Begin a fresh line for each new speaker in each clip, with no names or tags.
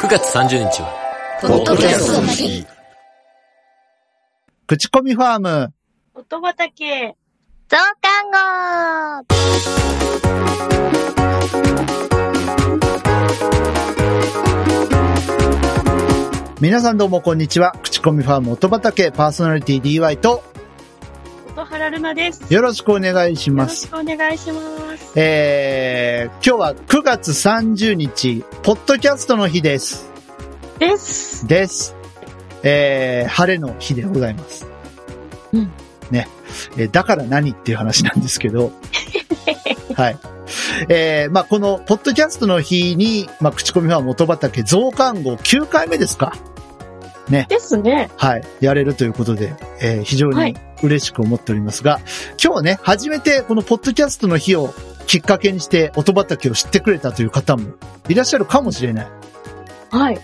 9月30日は、
ポッドキャストの日。
口コミファーム。
音畑。
増刊号
皆さんどうもこんにちは。口コミファーム音畑パーソナリティ DY と
音原ルナです。よ
よろしくお願いしま
ろ
す
し。くお願いします。
えー、今日は9月30日、ポッドキャストの日です。
です。
です。えー、晴れの日でございます。
うん。
ね。えーだから何っていう話なんですけ ど。はい。えー、まあ、この、ポッドキャストの日に、まあ、口コミファーム音畑増刊号9回目ですか
ですね。
はい、やれるということで、えー非常
は
に
い
嬉しく思っておりますが、今日ね、初めてこのポッドキャストの日をきっかけにして、音畑を知ってくれたという方もいらっしゃるかもしれない。
はい。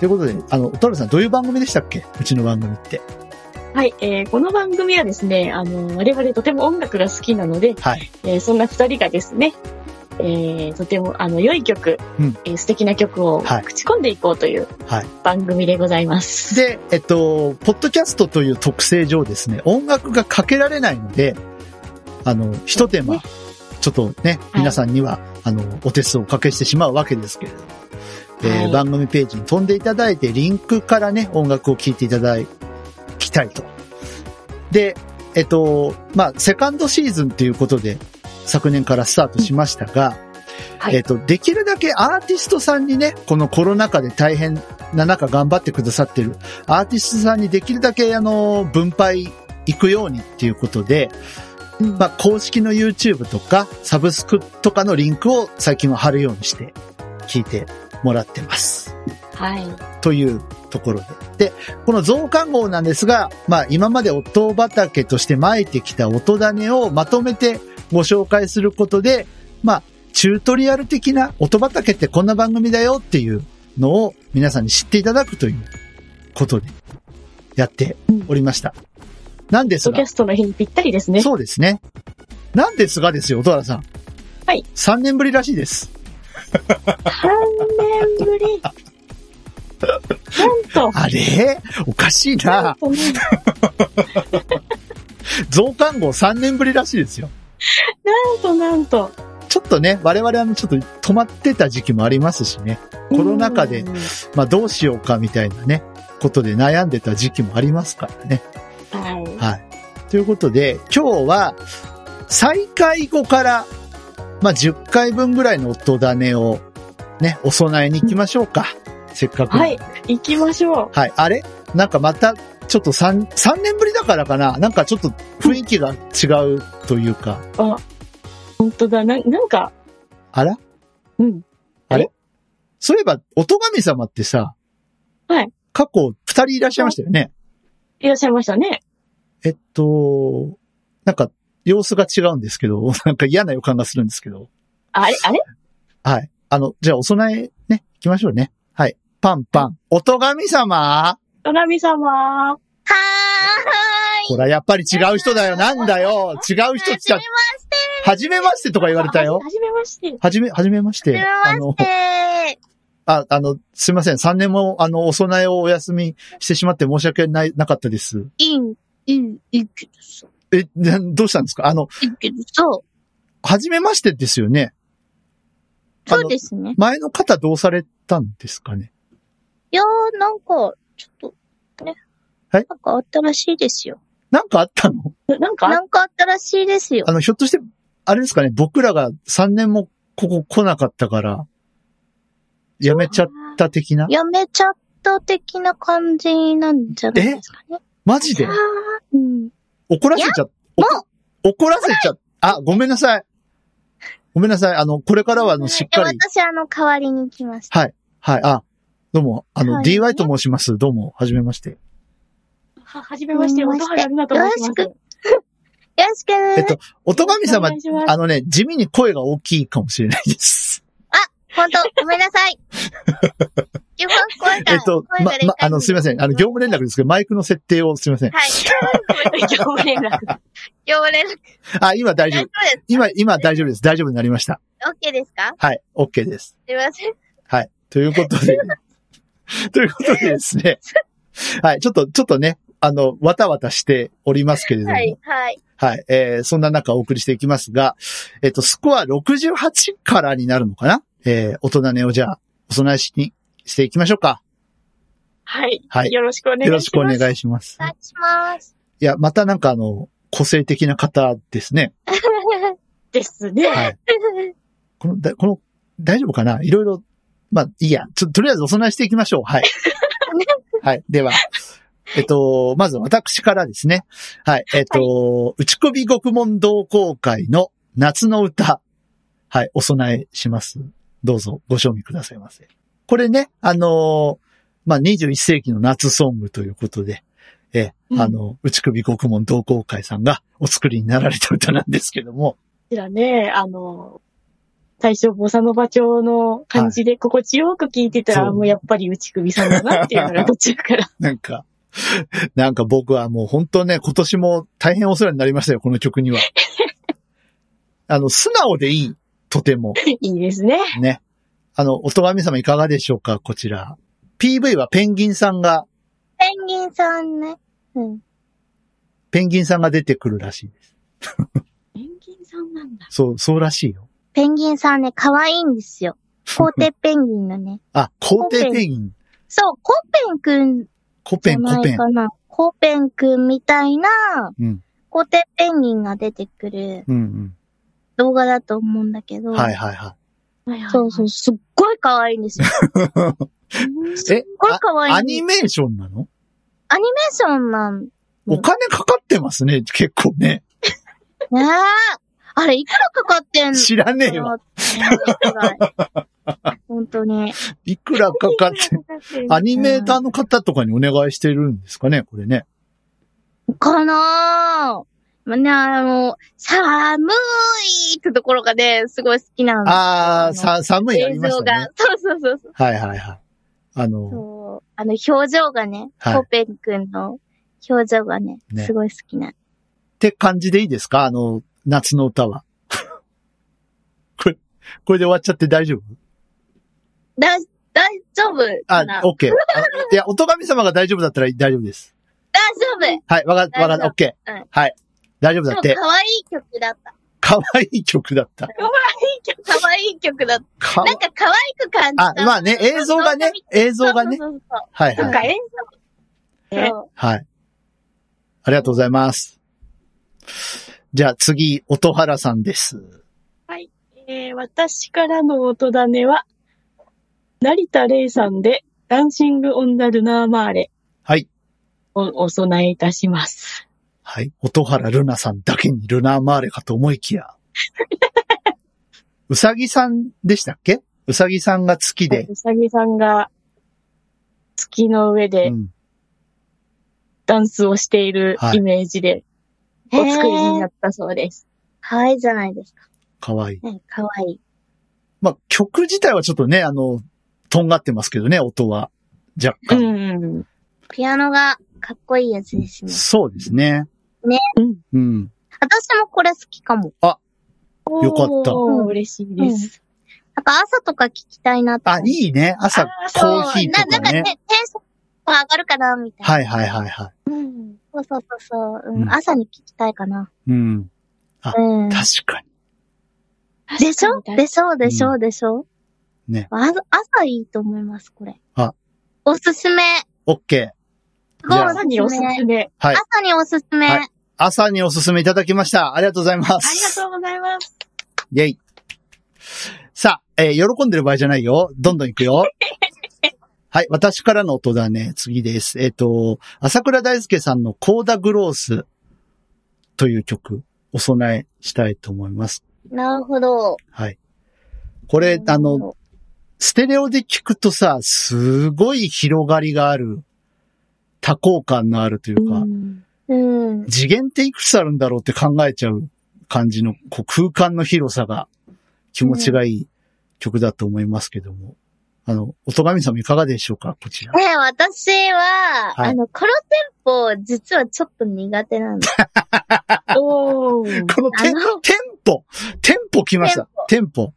ということで、あの、おたるさんどういう番組でしたっけうちの番組って。
はい。えーこの番組はですね、あの、我々とても音楽が好きなので、
はい。
えーそんな二人がですね、えーとても、あの、良い曲、
うん
えー素敵な曲を
はい
口コんでいこうという
はい
番組でございます。
で、えっと、ポッドキャストという特性上ですね、音楽がかけられないので、あの、一手間、ちょっとね、
はい
皆さんには、あの、お手数をおかけしてしまうわけですけれども、えー
はい
番組ページに飛んでいただいて、リンクからね、音楽を聴いていただきたいと。で、えっと、まあ、セカンドシーズンということで、昨年からスタートしましたが、
はい
えっと、できるだけアーティストさんにね、このコロナ禍で大変な中頑張ってくださってるアーティストさんにできるだけ、あの、分配行くようにっていうことで、
うん
まあ、公式の YouTube とか、サブスクとかのリンクを最近は貼るようにして、聞いてもらってます。
はい。
というところで。で、この増刊号なんですが、まあ、今まで音畑として撒いてきた音種をまとめてご紹介することで、まあ、チュートリアル的な音畑ってこんな番組だよっていうのを皆さんに知っていただくということでやっておりました。なんで
ポッ
す
ド
が
キャ、ストの日にぴったりですね。
そうですね。なんですがですよ、戸原さん。
はい。
3年ぶりらしいです。
3年ぶり。な んと。
あれおかしい
なん
な。
とね、
増刊号3年ぶりらしいですよ。
なんとなんと。
ちょっとね、我々はちょっと止まってた時期もありますしね。コロナ禍で
うん
まあどうしようかみたいなね、ことで悩んでた時期もありますからね。
はい。
はい。ということで、今日は、再開後から、まあ、10回分ぐらいの音種を、ね、お供えに行きましょうか。せっかく。
はい。行きましょう。
はい。あれなんかまた、ちょっと3、3年ぶりだからかななんかちょっと雰囲気が違うというか、
あ、本当だ。な、なんか、
あら
うん。
そういえば、お神様ってさ、
はい。
過去2人いらっしゃいましたよね。
いらっしゃいましたね。
えっと、なんか、様子が違うんですけど、 なんか嫌な予感がするんですけど。
あれ、あれ
はい。あの、じゃあお供えね、行きましょうね。はい。パンパン。お神様
お神様。
は
ほら、やっぱり違う人だよ。なんだよ。違う
ーい
人来
は
た。はじめましてとか言われたよ
あ。はじめまして。
はじめ、はじめまし
じめ
て。
まして
あ、あの、すいません。3年も、あの、お供えをお休みしてしまって申し訳ない、なかったです。
いい、いい、いいけどさ、
え、などうしたんですかあの、
いいけどさ、
はじめましてですよね。あの
そうですね。
前の方どうされたんですかね
いやー、なんか、ちょっと、ね。
はい
なんかあったらしいですよ。
なんかあったの
ななんか、
なんかあったらしいですよ
あ。の、ひょっとして、あれですかね、僕らが3年もここ来なかったから、やめちゃった的な
やめちゃった的な感じなんじゃないですかね。
マジで
あーうん。
怒らせちゃ、おこ怒らせちゃ、あ、ごめんなさい。ごめんなさい。あの、これからは、あの、しっかり
え。私、あの、代わりに来ました。
はい、あ、どうも、あの、
はい
DY と申します。どうも、はじめまして。
は、はじめまして。
はじめま
音
して
原ルナと申します。
よよろしく
えっと、おとがみ様
お願いしま、す
あのね、地味に声が大きいかもしれないです。
ほんと、ごめんなさ い。自分声が、
えっと、
声
ま
が、で
ま、
か
あの、すいません。あの、業務連絡ですけど、マイクの設定をすいません。
はい。
ごめんなさい
汚れる。
あ、今大丈
大丈
夫。
夫です。
今、今大丈夫です。大丈夫になりました。
オッケーですか
はい、OK です。
すいません。
はい。ということで、ということでですね。はい、ちょっと、ちょっとね、あの、わたわたしておりますけれども。
はい、はい。
はい。えー、そんな中お送りしていきますが、えっ、と、スコア68からになるのかなえー、大人ねをじゃあ、お供えしにしていきましょうか。
はい。
はい
よろしくお願いします。
よろしくお願いします。
お願いし ます。
いや、またなんかあの、個性的な方ですね。
ですね。
はいこの、だこの、大丈夫かないろいろ、まあ、いいや。ちょ、とりあえずお供えしていきましょう。はい。はい。では、えっと、まず私からですね。はい。えっと、打ち込み獄門同好会の夏の歌。はい。お供えします。どうぞご賞味くださいませ。これね、あのーまあ、21世紀の夏ソングということで、え、
うん
あの、内首獄門同好会さんがお作りになられた歌なんですけども、
こちらね、あの、最初、ボサノバ調の感じで心地よく聞いてたら、
そう
もうやっぱり内首さんだなっていうのが途中から。
なんか、なんか僕はもう本当ね、今年も大変お世話になりましたよ、この 曲には。あの、素直でいい、とても。
いいですね。
ね。あの、おとがみ様いかがでしょうか、こちら。PV はペンギンさんが、
ペンギンさんね。うん。
ペンギンさんが出てくるらしいです。
ペンギンさんなんだ。
そう、そうらしいよ。
ペンギンさんね、可愛いんですよ。皇帝ペンギンの ね。
あ、皇帝ペンギン。
そう、コペンくん
コ
じ
ペ
ゃ
ン、コ
な
ペ
い
ン。
かな。コペンくんみたいな、
うん。
皇帝ペンギンが出てくる
うん
動画だと思うんだけど。
うん。はいはいは
そうそう、すっごい可愛いんですよ。すっ
い。え、
ごい可愛い。
あアニメーションなの
アニメーションなんうん
お金かかってますね、結構ね。
ねえ。あれ、いくらかかってんの
知らねえわ。
本当に。
いくらかかって。 アニメーターの方とかにお願いしてるんですかね、これね。
かなぁ。まあね、あの、寒いってところがね、すごい好きなの。
あー、さ、寒いあり
映
まし
像
た
が
ね。。
そうそうそうそう。
はいはいはい。あの、
そうあの、表情がね、
はい
コペン君の表情がね、
ね
すごい好きな。
って感じでいいですかあの、夏の歌は。 これ、これで終わっちゃって大丈夫
だ、大丈夫か
あ
な、
オッケー。あいや、おとがみ様が大丈夫だったら大丈夫です。
大丈夫
はい、わか、
大
わか、
丈夫
オッケー
うん。
はい。大丈夫
で
だ
も
って。
可愛い曲だった。
可愛い曲だった。
可愛い曲だった。
か
なんか可愛く感じた。
あ、まあね、映像がね、映像がね。
そうそうそう
はい
そ
は
っ
い
か、。え
そうそう
はい。ありがとうございます。じゃあ次、音原さんです。
えー私からの音種は、成田玲さんで、ダンシング・オン・ダ・ルナー・マーレ
はい。
をお供えいたします。
はい。音原ルナさんだけにルナーマーレかと思いきや。 うさぎさんでしたっけうさぎさんが月で。
うさぎさんが、月の上
う
で
ん。
ダンスをしている
はい
イメージで、
へ
お
ー
作りになったそうです。
可愛いじゃないですか。
かわいい。
ね、可愛い。
まあ、曲自体はちょっとね、あの、とんがってますけどね、音は。若
う
干。
ん。
ピアノがかっこいいやつですね。
そうですね。
ね
うん。
うん。
私もこれ好きかも。
よかった
おー嬉しいです。
なんか朝とか聞きたいなと
あ
か。、
いいね。朝、コ
あ
そう
ーヒーと
な
か
なんかね、テ
ね。
ンションが上がるかな、みたいな。
はいはいはいはい。
うん。そうそうそうそう、うん
うん
朝に聞きたいかな。
うん。
うん。
確かに。
でしょでしょでし
う
ょでしょ
ね
朝、朝いいと思います、これ。
あ。
おすすめ。
オッケー。
すごいお
まさにお
す
す
すめ
す。め。
はい。
朝におすすめ。
はい朝におすすめいただきました。ありがとうございま
ありが
す。
とうございます。
イェイ。さあ、えー喜んでる場合じゃないよ。どんどん行く よ。はい。私からの音だね。次です。えっ、と、朝倉大輔さんのコーダグロースという曲、お供えしたいと思います。
なるほど。
はい。これ、あの、、ステレオで聞くとさ、すごい広がりがある、多幸感のあるというか、
うん。
次元っていくつあるんだろうって考えちゃう感じのこう空間の広さが気持ちがいい曲だと思いますけども。あの、おとがみさんもいかがでしょうかこちら。
ね私は、
はい
あの、このテンポ、実はちょっと苦手なんです。
おー。
このテン
あの
テンポテンポ来ましたテンポ。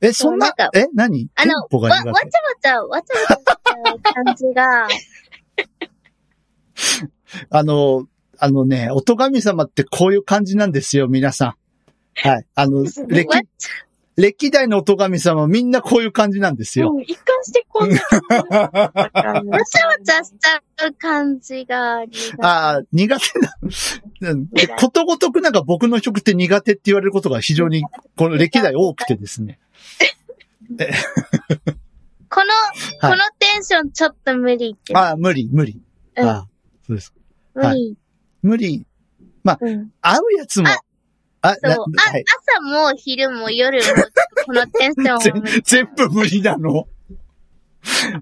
え、そんな
そうなん、
え、何
あ
テン
の、
ポ
わ、
が
わちゃ
苦
わちゃ、わちゃわちゃしちゃうか感じ が。
あの、あのね、お神様ってこういう感じなんですよ、皆さん。はい。あの、歴、
What？
歴代のお神様みんなこういう感じなんですよ。
もう一貫してこんな感 じ。わちゃわ
ちゃしちゃう感じがありが
ああ、苦手な、うんでことごとくなんか僕の曲って苦手って言われることが非常に、この歴代多くてですね。
この、このテンションちょっと無理って。
ああ、無理、無理。
うん
ああ、そうです。
無理。
無理。
うん
合うやつも、あ、
そう。
な
あ
はい、
朝も昼も夜もちょっとこのテンションは
ぜ
無理。
全部無理なの。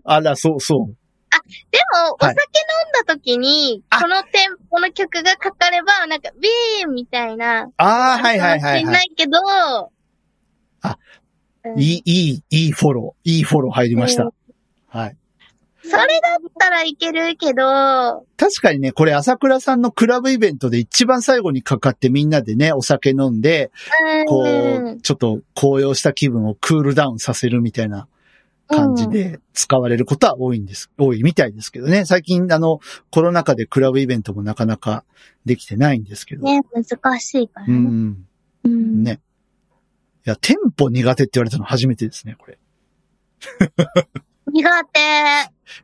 あら、そうそう。
でも、お酒
は
飲
い
んだ時に、
あ
このテンポの曲がかかれば、なんか、ウィーンみたいな。
ああ、はいはいはい、
かもしれ
は。
ないいけど、うん
いい、いい、いいフォロー。いいフォロー入りまし
う
た。はい。
それだったらいけるけど、
確かにね、これ朝倉さんのクラブイベントで一番最後にかかってみんなでね、お酒飲んで、こ
うん
う、。ちょっと高揚した気分をクールダウンさせるみたいな感じで使われることは多いんです、多いみたいですけどね。最近、あの、コロナ禍でクラブイベントもなかなかできてないんですけど。
ね、難しいから
う
ね。
ん。
うん
ね。いや、テンポ苦手って言われたの初めてですね、これ。
苦 手。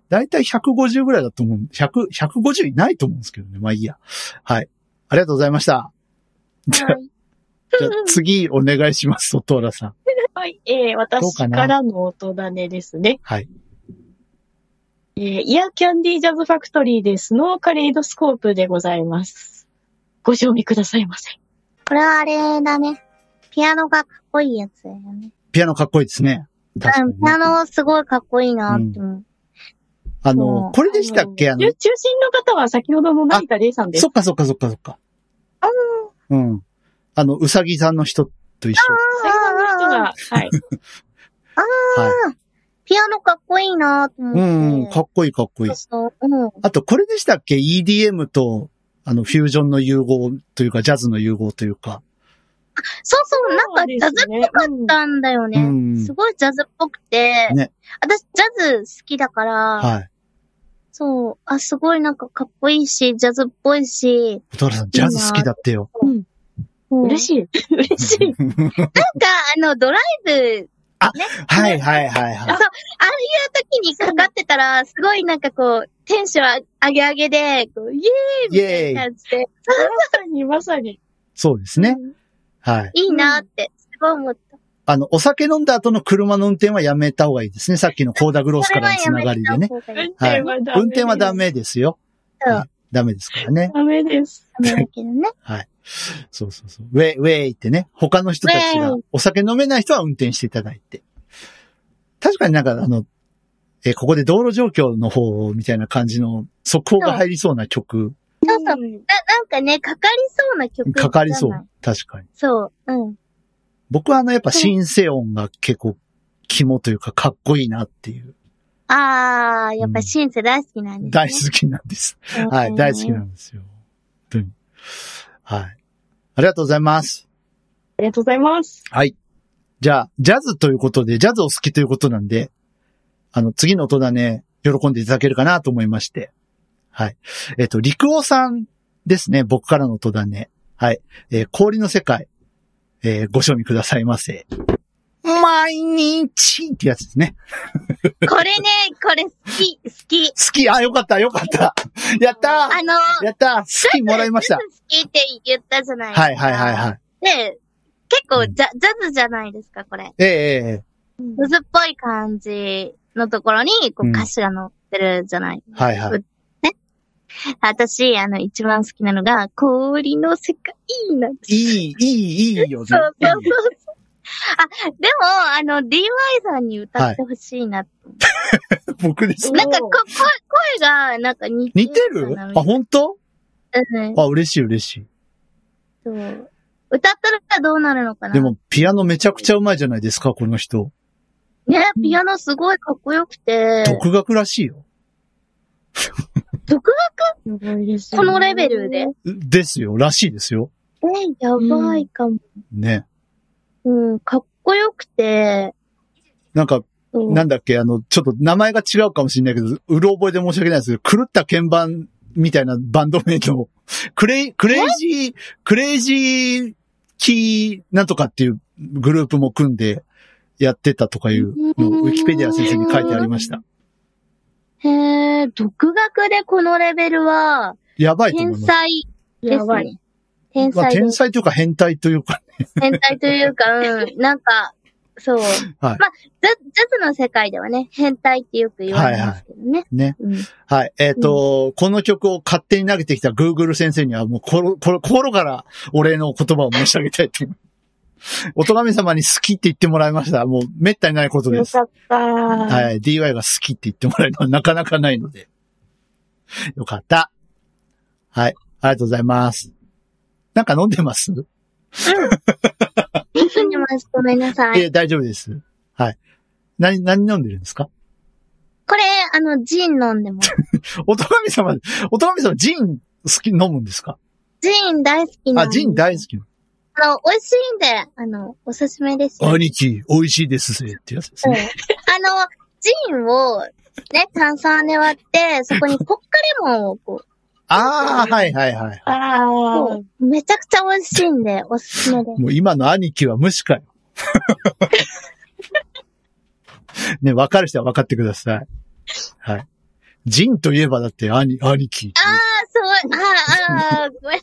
だいたい150ぐらいだと思う。100、150いないと思うんですけどね。まあいいや。はい。ありがとうございました。じゃあ、じゃあ次お願いします、トトーラさん。
はい、えー、私からの音種ですね。
はい。
えー、イヤーキャンディージャズファクトリーでスノーカレイドスコープでございます。ご賞味くださいませ。
これはあれだね。ピアノがかっこいいやつだよね。
ピアノかっこいいですね。確か
う
に
ん
ね、
ピアノすごいかっこいいなって思う。
あ
う
の
ん、
これでしたっけあ
あ
の
の、中中心の方は先ほどの成田玲さんです
そ。っかそっかそっかそっか。うん。あの、うさぎさんの人と一緒。
最後の人が、はい。
はい。
ピアノかっこいいなと思って。
うん、か
っ
っこいいかっこいい
そう。そう。うん。
あと、これでしたっけ ?EDM と、あの、フュージョンの融合というか、ジャズの融合というか。
そうそう、なんかジャズっ
ぽか
ぽかったんだよね。
うん
すごいジャズっぽくて。
ね
私、ジャズ好きだから、
はい。
そう。あ、すごいなんかかっこいいし、ジャズっぽいし。
小原さん、ジャズ好きだってよ。
嬉
い。
しい。 嬉し い。
なんか、あの、ドライブ、
はいはいはい
あそう、あ
は
あいう時にかかってたら、すごいなんかこう、テンション上げ上げで、こうイエーイみた
い。イェ
い
ーイ
な。感じで、
まさに、まさに。
そうですね。はい。
いいなって、すごい思った。
あの、お酒飲んだ後の車の運転はやめた方がいいですね。さっきのコーダグロースからのつながりでね。
それはやめ
運
た
はい
転はダメ。
運転はダ。メですよ。
方がいい。
ダメですからね。
ダメです。
そうダメだけど ね。
そうそうそう。ウェイ、ウェイってね。他の人たちが
ウェ、
お酒飲めない人は運転していただいて。確かになんかあの、えーここで道路状況の方みたいな感じの速報が入りそうな曲
そうそう。な、なんかね、かかりそうな曲。
かかりそう。。確かに。
そう。うん。
僕はあの、やっぱシンセ音が結構、肝というか、かっこいいなっていう。
あー、やっぱシンセ大好きなんで
大
す、ね。
好きなんです。
大
はい、大好きなんですよ。本当に。はい。ありがとうございます。
ありがとうございます。
はい。じゃあ、ジャズということで、ジャズを好きということなんで、あの、次の音だね、喜んでいただけるかなと思いまして。はい。えっ、と、陸王さんですね、僕からの音だね。はい。えー氷の世界、えーご賞味くださいませ。毎日ってやつですね。
これね、これ好き、好き。
好き、あ、よかった、よかった。 やった
あの、
ーやったー好きもらいました
ジ。ャズ好きって言ったじゃないですか。
はいはいはいはい。
で、結構
う
ジ
ん
ャ、ジャズじゃないですか、これ。
ええええ
ジャズっぽい感じのところに、こ
う
う、
ん
歌詞が載ってるじゃない。
はいはい。
私、あの、一番好きなのが、氷の世界なんです。
いい、いい、いいよね。
そうそうそうそう。あ、でも、あの、DY さんに歌ってほしいなって。
僕です。
おー
なんかこ、声、声が、なんか似て
似てる
かな
あ、本当
うん
あ、嬉しい嬉しい。
そう。歌ったらどうなるのかな
でも、ピアノめちゃくちゃうまいじゃないですか、この人。
ね、ピアノすごいかっこよくて、
独学らしいよ。
独
すごいです
学このレベルで。。
ですよ、らしいですよ。
え、やばいかも。
ね。
うん、かっこよくて、
なんか、
うん
なんだっけ、あの、ちょっと名前が違うかもしれないけど、うろ覚えで申し訳ないですけど、狂った鍵盤みたいなバンド名の、クレイ、クレイジー、クレイジーキーなんとかっていうグループも組んでやってたとかいうのをウィキペディア先生に書いてありました。
へえ、独学でこのレベルは、
やばいと思
天
います。
才ですね。
やばい。
天
まあ、
才
天
です。
才というか変態というか、
天才というか、 うん。なんか、そう。まあ、ジャジャズの世界ではね、変態ってよく言われますけどね。
ね。
うん
はい。えっ、と、この曲を勝手に投げてきた Google 先生にはもう心、心心からお礼の言葉を申し上げたいと 思います。おとがめ様に好きって言ってもらいました。もう、めったにないことで
よ
す。
かった。は
はい。DY が好きって言ってもらえるのはなかなかないので。よかった。はい。ありがとうございます。なんか飲んでます
すみません、ごめんなさ
え
い。
え大丈夫です。はい。何、何飲んでるんですか
これ、あの、ジン飲んで も。
おとがめ様、おとがめ様、ジン好き、飲むんですか
ジン大好きな
あ、
んで
ジン大好き。
あの、美味しいんで、あの、おすすめですよ。
兄貴、美味しいですぜ、ってやつです
うんあ
ね。
の、ジンを、ね、炭酸で割って、そこにポッカレモンをこ
ああ、はいはいはい。
う、
ああ。
こうめちゃくちゃ美味しいんで、おすすめです。
もう今の兄貴は無視かよ。 ね、わかる人はわかってください。はい。ジンといえばだって兄、兄貴。
あ、そう、ああ、ああ、ごめん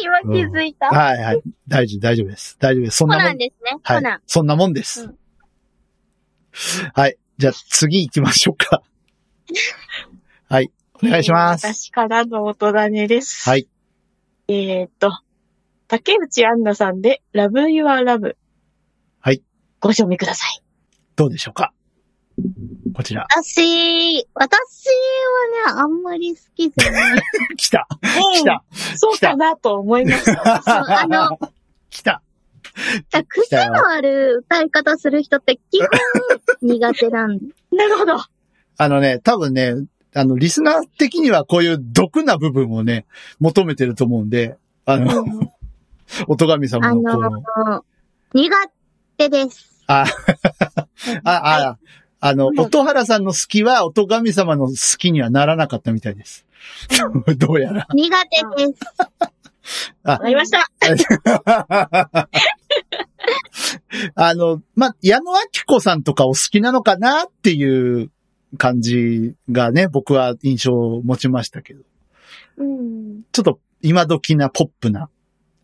今
うん
気づいた。
はいはい。大丈夫、大丈夫です。大丈夫です。そん
コ
なも
ナン
ん。
ですね、
は
コナ
い
ン。。
そんなもんです
う。
はい。じゃあ次行きましょ うか。はい。お願いします。
私からの音種です。
はい。
えーっと、竹内杏奈さんで、ラブユアラブ。
はい。
ご賞味ください。
どうでしょうかこちら。
私、私はね、あんまり好きじゃない。
来た 来た
そうかなと思いました。
そうあの、
来た
なんか癖のある歌い方する人って基本苦手なんで。
なるほど。
あのね、多分ね、あの、リスナー的にはこういう毒な部分をね、求めてると思うんで、あの、 おとがみ様
あ
のこ
の
の、、
苦手です。
あ、あ、あ、あの、
うん
音原さんの好きは、おとがみ様の好きにはならなかったみたいです。 どうやら。
苦手です。
わかり ました。
あの、ま、矢野明子さんとかお好きなのかなっていう感じがね、僕は印象を持ちましたけど。
うん。
ちょっと今時なポップな、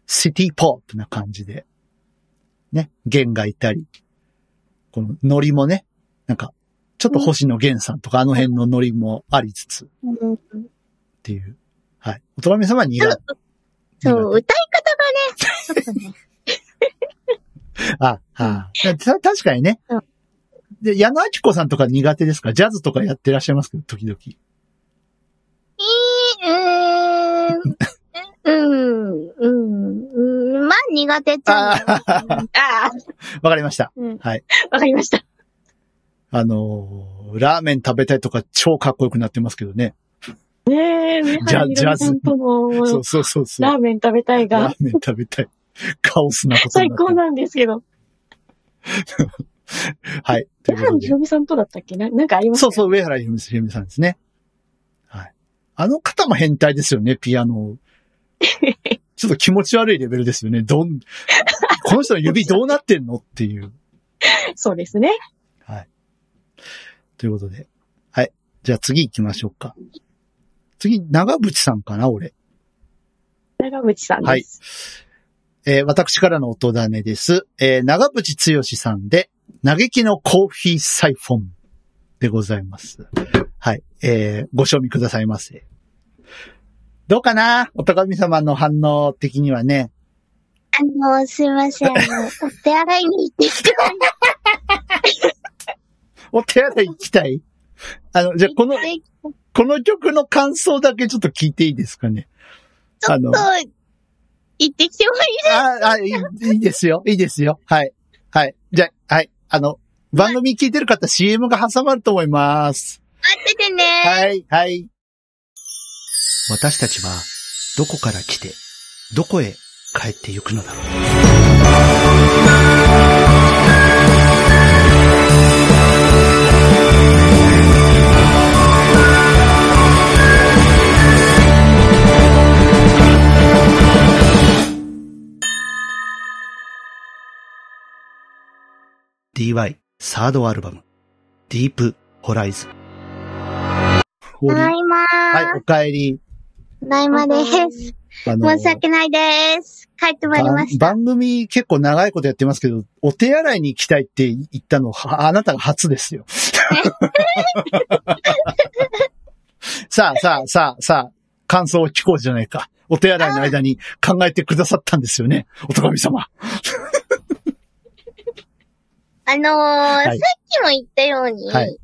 シティポップな感じで、ね、弦がいたり、このノリもね、なんか、ちょっと星野源さんとかあの辺のノリもありつつっ
うん
ていう。はい。おとがめ様に苦手。
そう、歌い方がね、ちょっとね、
苦手。あ、はい、た確かにね
うん。
で、矢野明子さんとか苦手ですかジャズとかやってらっしゃいますけど、時々。
うーん、うん、うん、うんまあ苦手っちゃ苦手
ああ、
わかりました。
わかりました。
あのーラーメン食べたいとか超かっこよくなってますけどね。
ねえ、上
ジャ
原ひろみさんと
そ
の
うそうそうそう。
ラーメン食べたい
ラ
が
ー、メン食べたい。 カオスなことに
最
なって
高
る
なんですけど。
はい。とい
上
うこ
原
と
ひ
で
ろ。みさんとだったっけななんかあります
そうそう、上原ひろみさんですね。はい。あの方も変態ですよね、ピアノ。ちょっと気持ち悪いレベルですよね。どん、 この人の指どうなってんのっていう。
そうですね。
ということで。はい。じゃあ次行きましょうか。次、長渕さんかな、俺。
長渕さんです。
えー私からの音種です。えー長渕剛さんで、嘆きのコーヒーサイフォンでございます。はい。えーご賞味くださいませ。どうかなお高見様の反応的にはね。
あの、すいません。あのお手洗いに行ってきて
お手洗い行きたいあの、じゃあこの、
ち
この曲の感想だけちょっと聞いていいですかね。
ょ
あ
っと
の、
行ってきてもいい
あ、あ、いいいいですよ。いいですよ。はい。はい。じゃあ、はい。あの、番組聞いてる方 CM が挟まると思います。
待っててね。
はい、はい。私たちは、どこから来て、どこへ帰ってゆくのだろう。 DY サードアルバム、ディープホライズン。お
た
り
だいま
はい、お帰り。
ただいまです。
あの
申し訳ないです。帰ってまいりました。
番組結構長いことやってますけど、お手洗いに行きたいって言ったの、はあなたが初で すよ。さあさあさあさあ、感想を聞こうじゃないか。お手洗いの間に考えてくださったんですよね。おとがみ様。
あのー
い
さっきも言ったように、
はい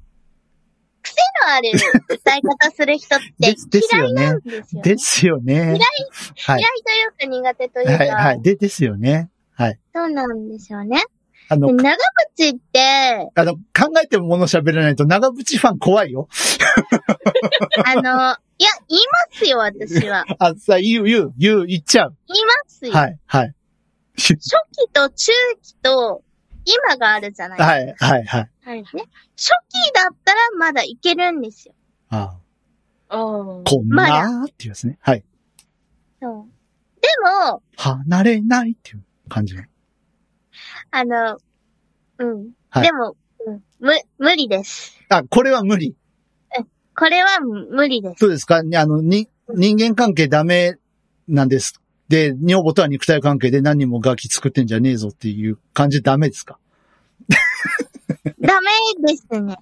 癖のある歌い方する人って嫌
で
い
すですよね
なんですよね。
ですよね。
嫌。
はい
いというか苦手というか、
はい、はい。で、ですよね。
そうなんですよね。
あの
で、長渕って、
あの、考えても物喋らないと長渕ファン怖いよ。
あの、いや、言いますよ、私 は。
あ、さあ、言う、言う、言う、言っちゃう。
言いますよ。
はい、はい。
初期と中期と、今があるじゃない。
はい、はい、はい。
はいはい。
初期だったらまだいけるんですよ。
あ
ああ。
こんなーっていうやつね。はい。
そうでも、
離れないっていう感じの。
あの、うん。
はい
でも、うんむ、無理です。
あ、これは無理。
これは無理 です。
どうですかねあの、に、人間関係ダメなんです。で、女房とは肉体関係で何人もガキ作ってんじゃねえぞっていう感じダメですか
ダメですね。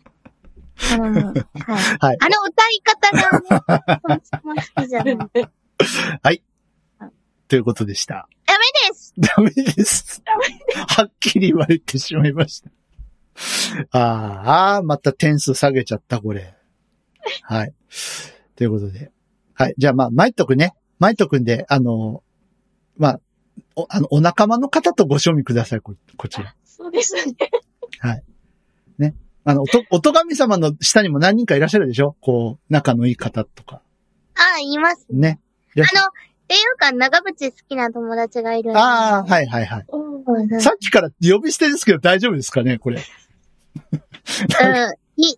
あのね、 はい。
はい。
あの歌い方がね、そもそも好きじゃ ない。ダメ
ということでした。
です
ダメです。はっきり言われてしまいました。あーあー、また点数下げちゃった、これ。はい。ということで。はい。じゃあまあ、マイトくんね。マイトくんで、あの、まあ、お、あの、お仲間の方とご賞味ください、こ、こちら。
そうですね。
あの、おと、おとがみ様の下にも何人かいらっしゃるでしょこう、仲のいい方とか。
あ、言います。
ね。
あの、っていうか、長渕好きな友達がいるんで。
ああ、はいはいはい。
うん
うん。うん。
さっきから呼び捨てですけど大丈夫ですかねこ
い
れ。
い、いい、い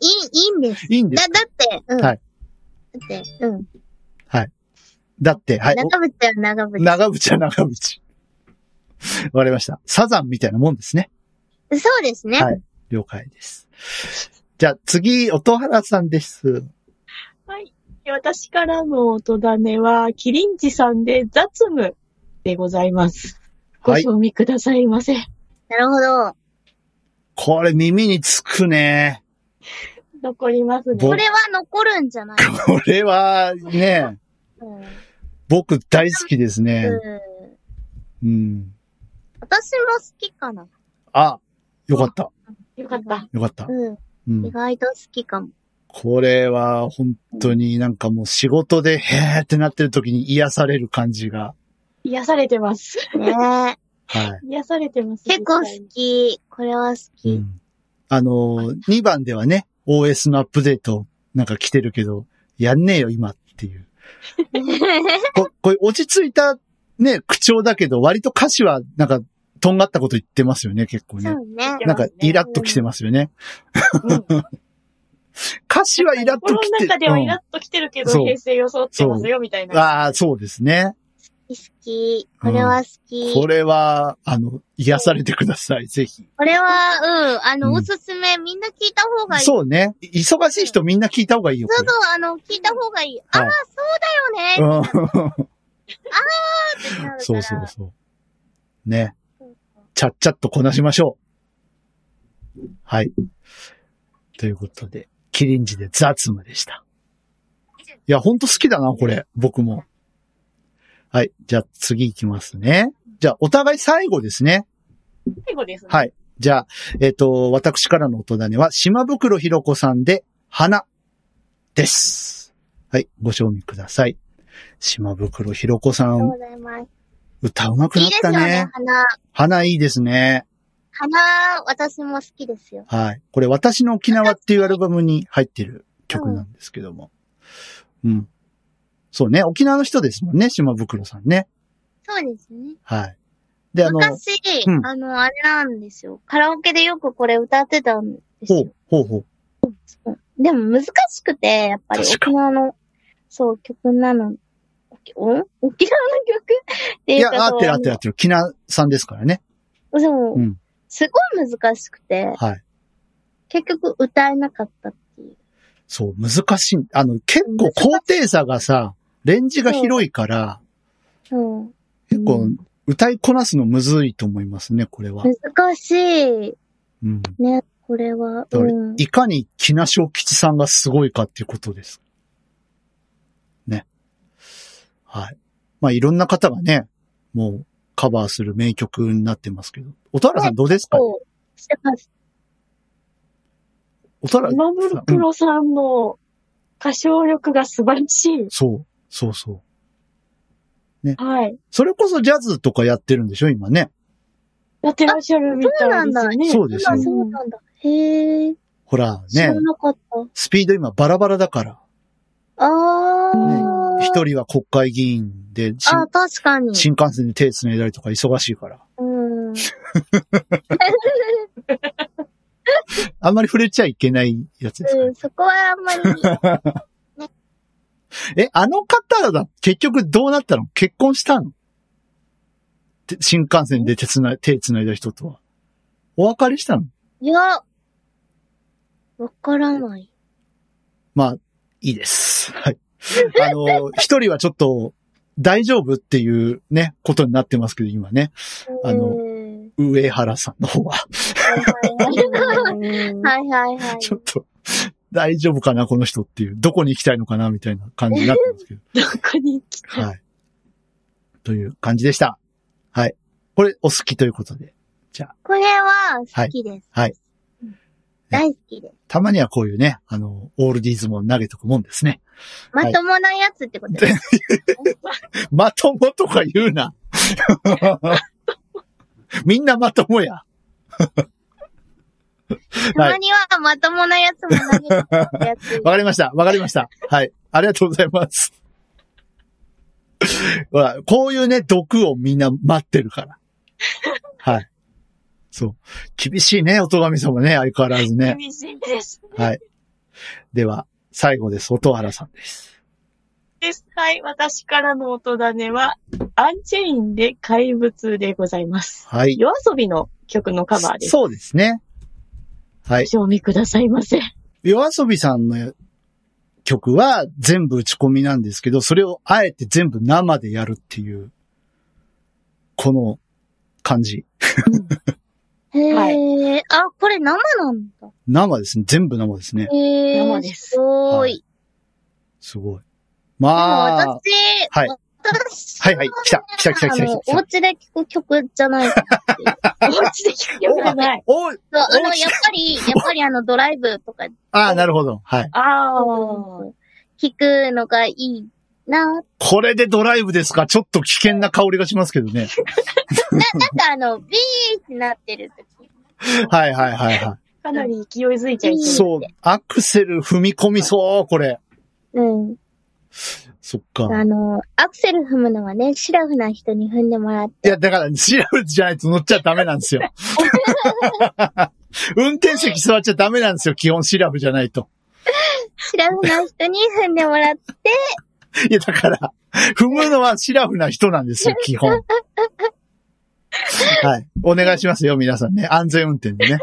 いんです。
いいんで
だ
す。、
だって、うん。
はい
だって、うん。
だって、はい。
長渕は長渕。
長渕は長渕。わかりました。サザンみたいなもんですね。
そうですね。
はい了解です。じゃあ次、音原さんです。
はい。私からの音種は、キリンジさんで雑務でございます。ご
はい
賞味くださいませ。
なるほど。
これ耳につくね。
残りますね。
ぼ
これは残るんじゃない、
これはね、
うん、うん。
僕大好きですね。うん。
私も好きかな。
あ、よかった。
よかった。
よかった。
う。
うん
意
ん。
外と好きかも。
これは本当になんかもう仕事でへーってなってる時に癒される感じが。
癒されてます。
ね
は
癒されてます。
え。結構
実際
好
に
き。これは好
い。う
き。
ん。あのー、2番ではね、OS のアップデートなんか来てるけど、やんねえよ今っていう。ここういう落ち着いたね、口調だけど、割と歌詞はなんか、とんがったこと言ってますよね、結 構
そ
ね。
うね。
なんか、イラッと来てますよね。
うん
歌詞はイラッと
心
来
の
て
中ではイラッと来てるけど、
そう
平成予想ってますよ、みたい
うん
な。
ああ、そうですね。
好き。これは好き。
これは、あの、癒されてください、ぜひ。
これは、うん。あの、
うん
おすすめ。みんな聞いた方がいい。そう
そうね。忙しい人みんな聞いた方がいいよ。
そう、あの、聞いた方がいい。ああ、そうだよね。
これうん
ってなるから
そうそうそう。ね。ちゃっちゃっとこなしましょう。はい。ということで、キリンジで雑務でした。いや、ほんと好きだな、これ。僕も。はい。じゃあ次行きますね。じゃあ、お互い最後ですね。
最後ですね。
はい。じゃあ、えっ、と、私からの音種は、島袋ひろ子さんで、花です。はい。ご賞味ください。島袋ひろ子さ、
ありがとうんございます。
歌うま
い
くないっ
です
た
よ
ね。
ね、花。
花いいですね。
花、私も好きですよ。
はい。これ、私の沖縄っていうアルバムに入ってる曲なんですけども。うん。そうね。沖縄の人ですもんね。島袋さんね。
そうですね。
はい。で、あの、
昔、
うん
あの、あれなんですよ。カラオケでよくこれ歌ってたんです
ほ
よ
う。、ほうほう。
でも難しくて、やっぱり
確か
沖縄の、そう、曲なの。おん沖縄の曲 って
い
いう
や、
か、
合ってる合ってる合
る。
ってる。きなさんですからね。
そう。
うん
すごい難しくて、
はい。
結局歌えなかったっていう。
そう、難しい。あの、結構高低差がさ、レンジが広いから、
うん。
結構歌いこなすのむずいと思いますね、これは。
難しい。
うん。
ね、これは。
だから
うん。
いかに木梨お吉さんがすごいかっていうことです。ね。はい。まあ、いろんな方がね、もうカバーする名曲になってますけど。おたらさんどうですか
そう。してます。
おたらさん。
今村プロさんの歌唱力が素晴らしい。
そう、そうそう。
はい。
それこそジャズとかやってるんでしょ、今ね。
やってらっしゃるみたいですよね。
そうです
あ、
よ。
そうなんだ。へえ。
ほら、
知
ね
ら、なかった。
スピード今バラバラだから。
あー。
一人は国会議員で、新
あ、確かに。
新幹線で手繋いだりとか忙しいから。
うん。
あんまり触れちゃいけないやつですか
う
ら
ん、そこはあんまり、
え、あの方だ、結局どうなったの結婚したのて新幹線で手つな、手つないだ人とは。お別れしたの
い や、わからない。
まあ、いいです。はい。あの、一人はちょっと、大丈夫っていうね、ことになってますけど、今ね。あの
うん
上原さんの方は、
はい
はいはいはい。
ちょっと、大丈夫かな、この人っていう。どこに行きたいのかな、みたいな感じになってますけど。
どこに来た
はい。という感じでした。はい。これ、お好きということで。
これは好きです。
はいはい
うん。大好きです。
たまにはこういうね、あの、オールディーズも投げとくもんですね。 はい
まともなやつってことです。
まともとか言うな。 みんなまともや。
たまにはまともなやつも投げてくるやつ。
わかりました。わかりました。はい。ありがとうございます。 ほら、こういうね、毒をみんな待ってる から。はい。そう。厳しいね、おとがみ様ね、相変わらずね。
厳しいです。
はい。では、最後です。音原さんです。
です。はい。私からの音種は、アンチェインで怪物でございます。
はい。
夜遊びの曲のカバーです。
そうですね。はい
ご。賞味くださいませ。
夜遊びさんの曲は全部打ち込みなんですけど、それをあえて全部生でやるっていう、この感じ。
へえ。あ、これ生なんだ。
生ですね。全部生ですね。
へえ。
生です
ごい。
すごい。
でも
まあ、
私、
はい
私、
はいはい。来た。来た来た来た
あ
来
の
た、来
お
た。
家で聴く曲じゃない。そう
お家で聴く曲が ない。
おい
あの、
お家
やっぱ り、やっぱりあの、ドライブとか、
ああ、なるほど。はい。
ああ。
聴くのがいいな。
これでドライブですかちょっと危険な香りがしますけどね。
な、なんかあの、ビーってなってる時。
はいはいはいは
かなり勢いづいちゃい
い。
そう。
そう。アクセル踏み込みそう、これ。
うん。
そっか。
あの、アクセル踏むのはね、シラフな人に踏んでも らって。
いや、だから、シラフじゃないと乗っちゃダメなんですよ。運転席座っちゃダメなんですよ。基本シラフじゃないと。
シラフな人に踏んでもらって、
いや、だから、踏むのはシラフな人なんですよ、基本。はい。お願いしますよ、皆さんね。安全運転でね。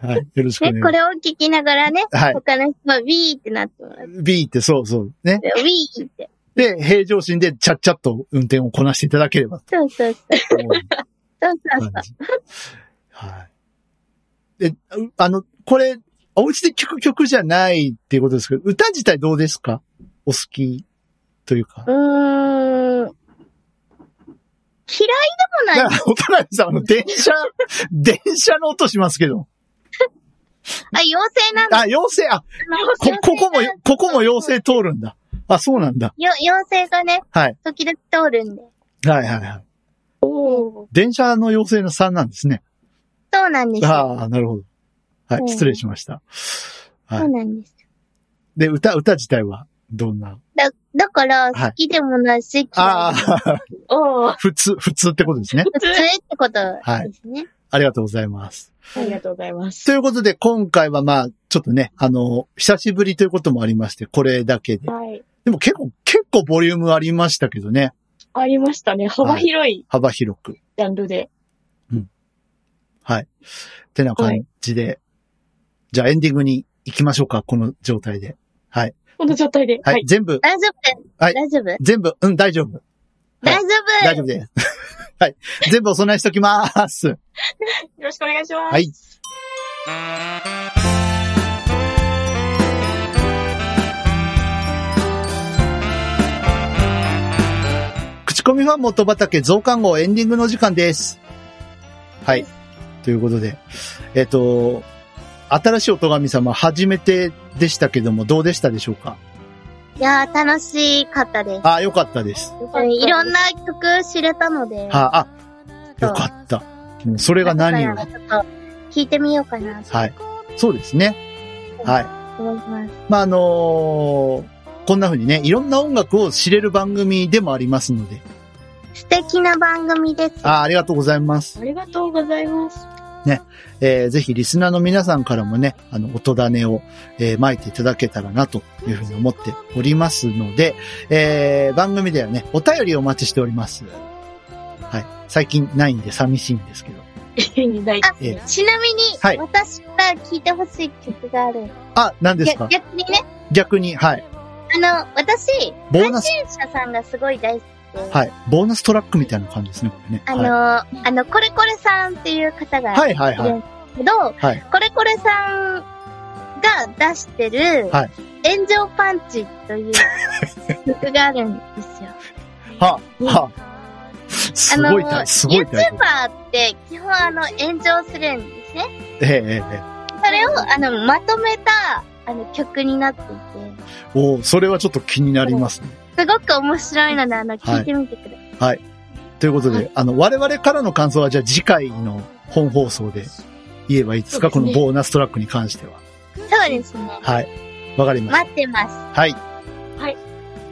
はい。よろしくお願い
ね、
し
こ
ます。
れを聞きながらね、
はい。
他の人はビーってなってもらって、
B ってそうそう。ね。
ウィーって。
で、平常心でちゃっちゃっと運転をこなしていただければ
そうそうそう。
と思う。
そうそうそう
感。じ。はい。で、うあの、これ、お家で聴く曲じゃないっていうことですけど、歌自体どうですかお好きというか。
うーん。嫌いでもない。
だから、お互いさん、あの、電 車、電車の音しますけど。
あ、妖精なんだ。
あ、妖精、あ、こ、
妖精
ここも、ここも妖精通るんだ。あ、そうなんだ。
よ、妖精がね、
はい。
時々通るんで。
はいはいはい。
おー
電車の妖精の3なんですね。
そうなんですよ。
ああ、なるほど。は
う
い、
ん
失礼しました。は
そう
い。
なんです。
で、歌、歌自体はどんな
だ、だから、
はい
好きでもないし、嫌い
ああ、
おー
普通、普通ってことですね。
普通ってことですね。
ありがとうございます。
ありがとうございます。
ということで、今回はまあ、ちょっとね、あの、久しぶりということもありまして、これだけで。
はい。
でも結構、結構ボリュームありましたけどね、
ありましたね。幅広い
幅広く。
ジャンルで。
はい。てな感じで、じゃあエンディングに行きましょうか、この状態で。
この状態で。
はい、
はい。
全部、
大丈夫です。
はい
大丈夫
全部、うん、大丈夫。
大丈夫
大丈夫です。 はい。全部お供えしときます。
よろしくお願いします。
はい。口コミファン元畑増刊号エンディングの時間です。はい。ということで、えっ、と、新しいおとがみ様初めてでしたけども、どうでしたでしょうか
いやー、楽しかったです。
あ、よかったです。
よか
は
った
いいろんな曲知れたので。
はあ、よかった。うんそれが何よ
ちょ
り
っ。と聞いてみようかなと
はい。そうですね。はい。
思います。
まあ、あのーこんな風にね、いろんな音楽を知れる番組でもありますので。
素敵な番組です。
あーありがとうございます
あ。りがとうございます。
えーぜひリスナーの皆さんからもね、あの、音種を、えー、巻いていただけたらな、というふうに思っておりますので、えー番組ではね、お便りをお待ちしております。はい。最近ないんで寂しいんですけど。
家にない。
あ
えー
ちなみに、
はい
私から聞いてほしい曲がある。
あ、何ですか
逆逆にね、
逆に、はい。
あの、私、
ボーナス、
編集者さんがすごい大好きで、
はい。ボーナストラックみたいな感じですね、これね。
あの、
はい
あの、これこれさんっていう方が
はいはい
い
は
るん
い。
ですけど、
はい
これこれさんが出してる、
はい
炎上パンチという曲があるんですよ。
はあ、はあ。すごい
あ
タ
の
イ、すごいタイ
YouTuber って基本あの炎上するんですね。
プ。ええええええ
それをあのまとめたあの曲になっていて、
おお、それはちょっと気になりますね。
すごく面白いのであの聞いてみてください。
ということで、
はい
あの、我々からの感想はじゃあ次回の本放送で言えばいいですか
そうですね
このボーナストラックに関しては。
そうですね。
はい。わかりました。
待ってます。
はい。
はい。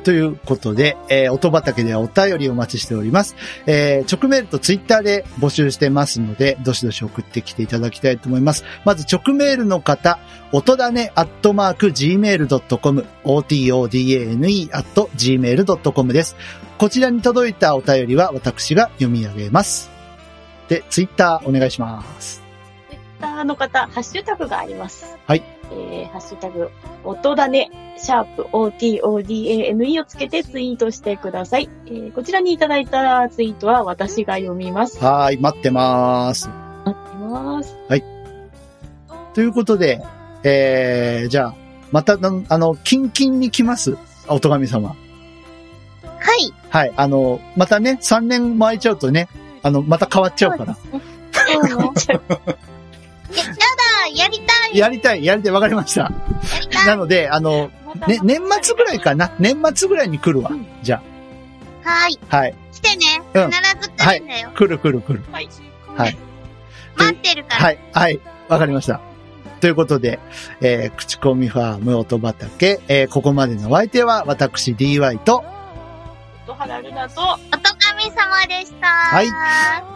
ということで、えー、音畑ではお便りをお待ちしております。えー、直メールとツイッターで募集してますので、どしどし送ってきていただきたいと思います。まず直メールの方、音だねアットマーク gmail.com、otodane アット gmail.com です。こちらに届いたお便りは私が読み上げます。で、ツイッターお願いします。
ツイッターの方、ハッシュタグがあります。
はい。
えー、ハッシュタグ、音だね、シャープ、OTODANE をつけてツイートしてください。えー、こちらにいただいたツイートは私が読みます。
はーい、待ってます。
待ってます。
ということで、えー、じゃあ、また、なあの、キンキンに来ます。おとがみ様。
はい。
はい。あの、またね、3年も空いちゃうとね、あの、また変わっちゃうから。
そう ね ややだやりたい
やりたい、やりたい、わかりました。なので、あの、ね、年末ぐらいかな。年末ぐらいに来るわ
うん。
じゃ
はい。
あ、はい。
来てね。
うん
必ず来るんだよ。
来る来る来る。
はい。
はい。
待ってるから。
はい、はい、わかりました。ということで、えー、口コミファーム音畑、えー、ここまでのお相手は私 DY と、
音原ルナと、
おとかみ様でした。
い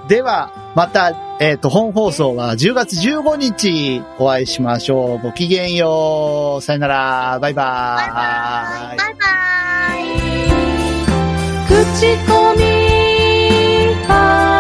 では、また、えっ、と、本放送は10月15日お会いしましょう。ごきげんよう。さよなら。バイ
バイ
バ
バ
ー
イ。
イ。
バイバイ。
口コミファーム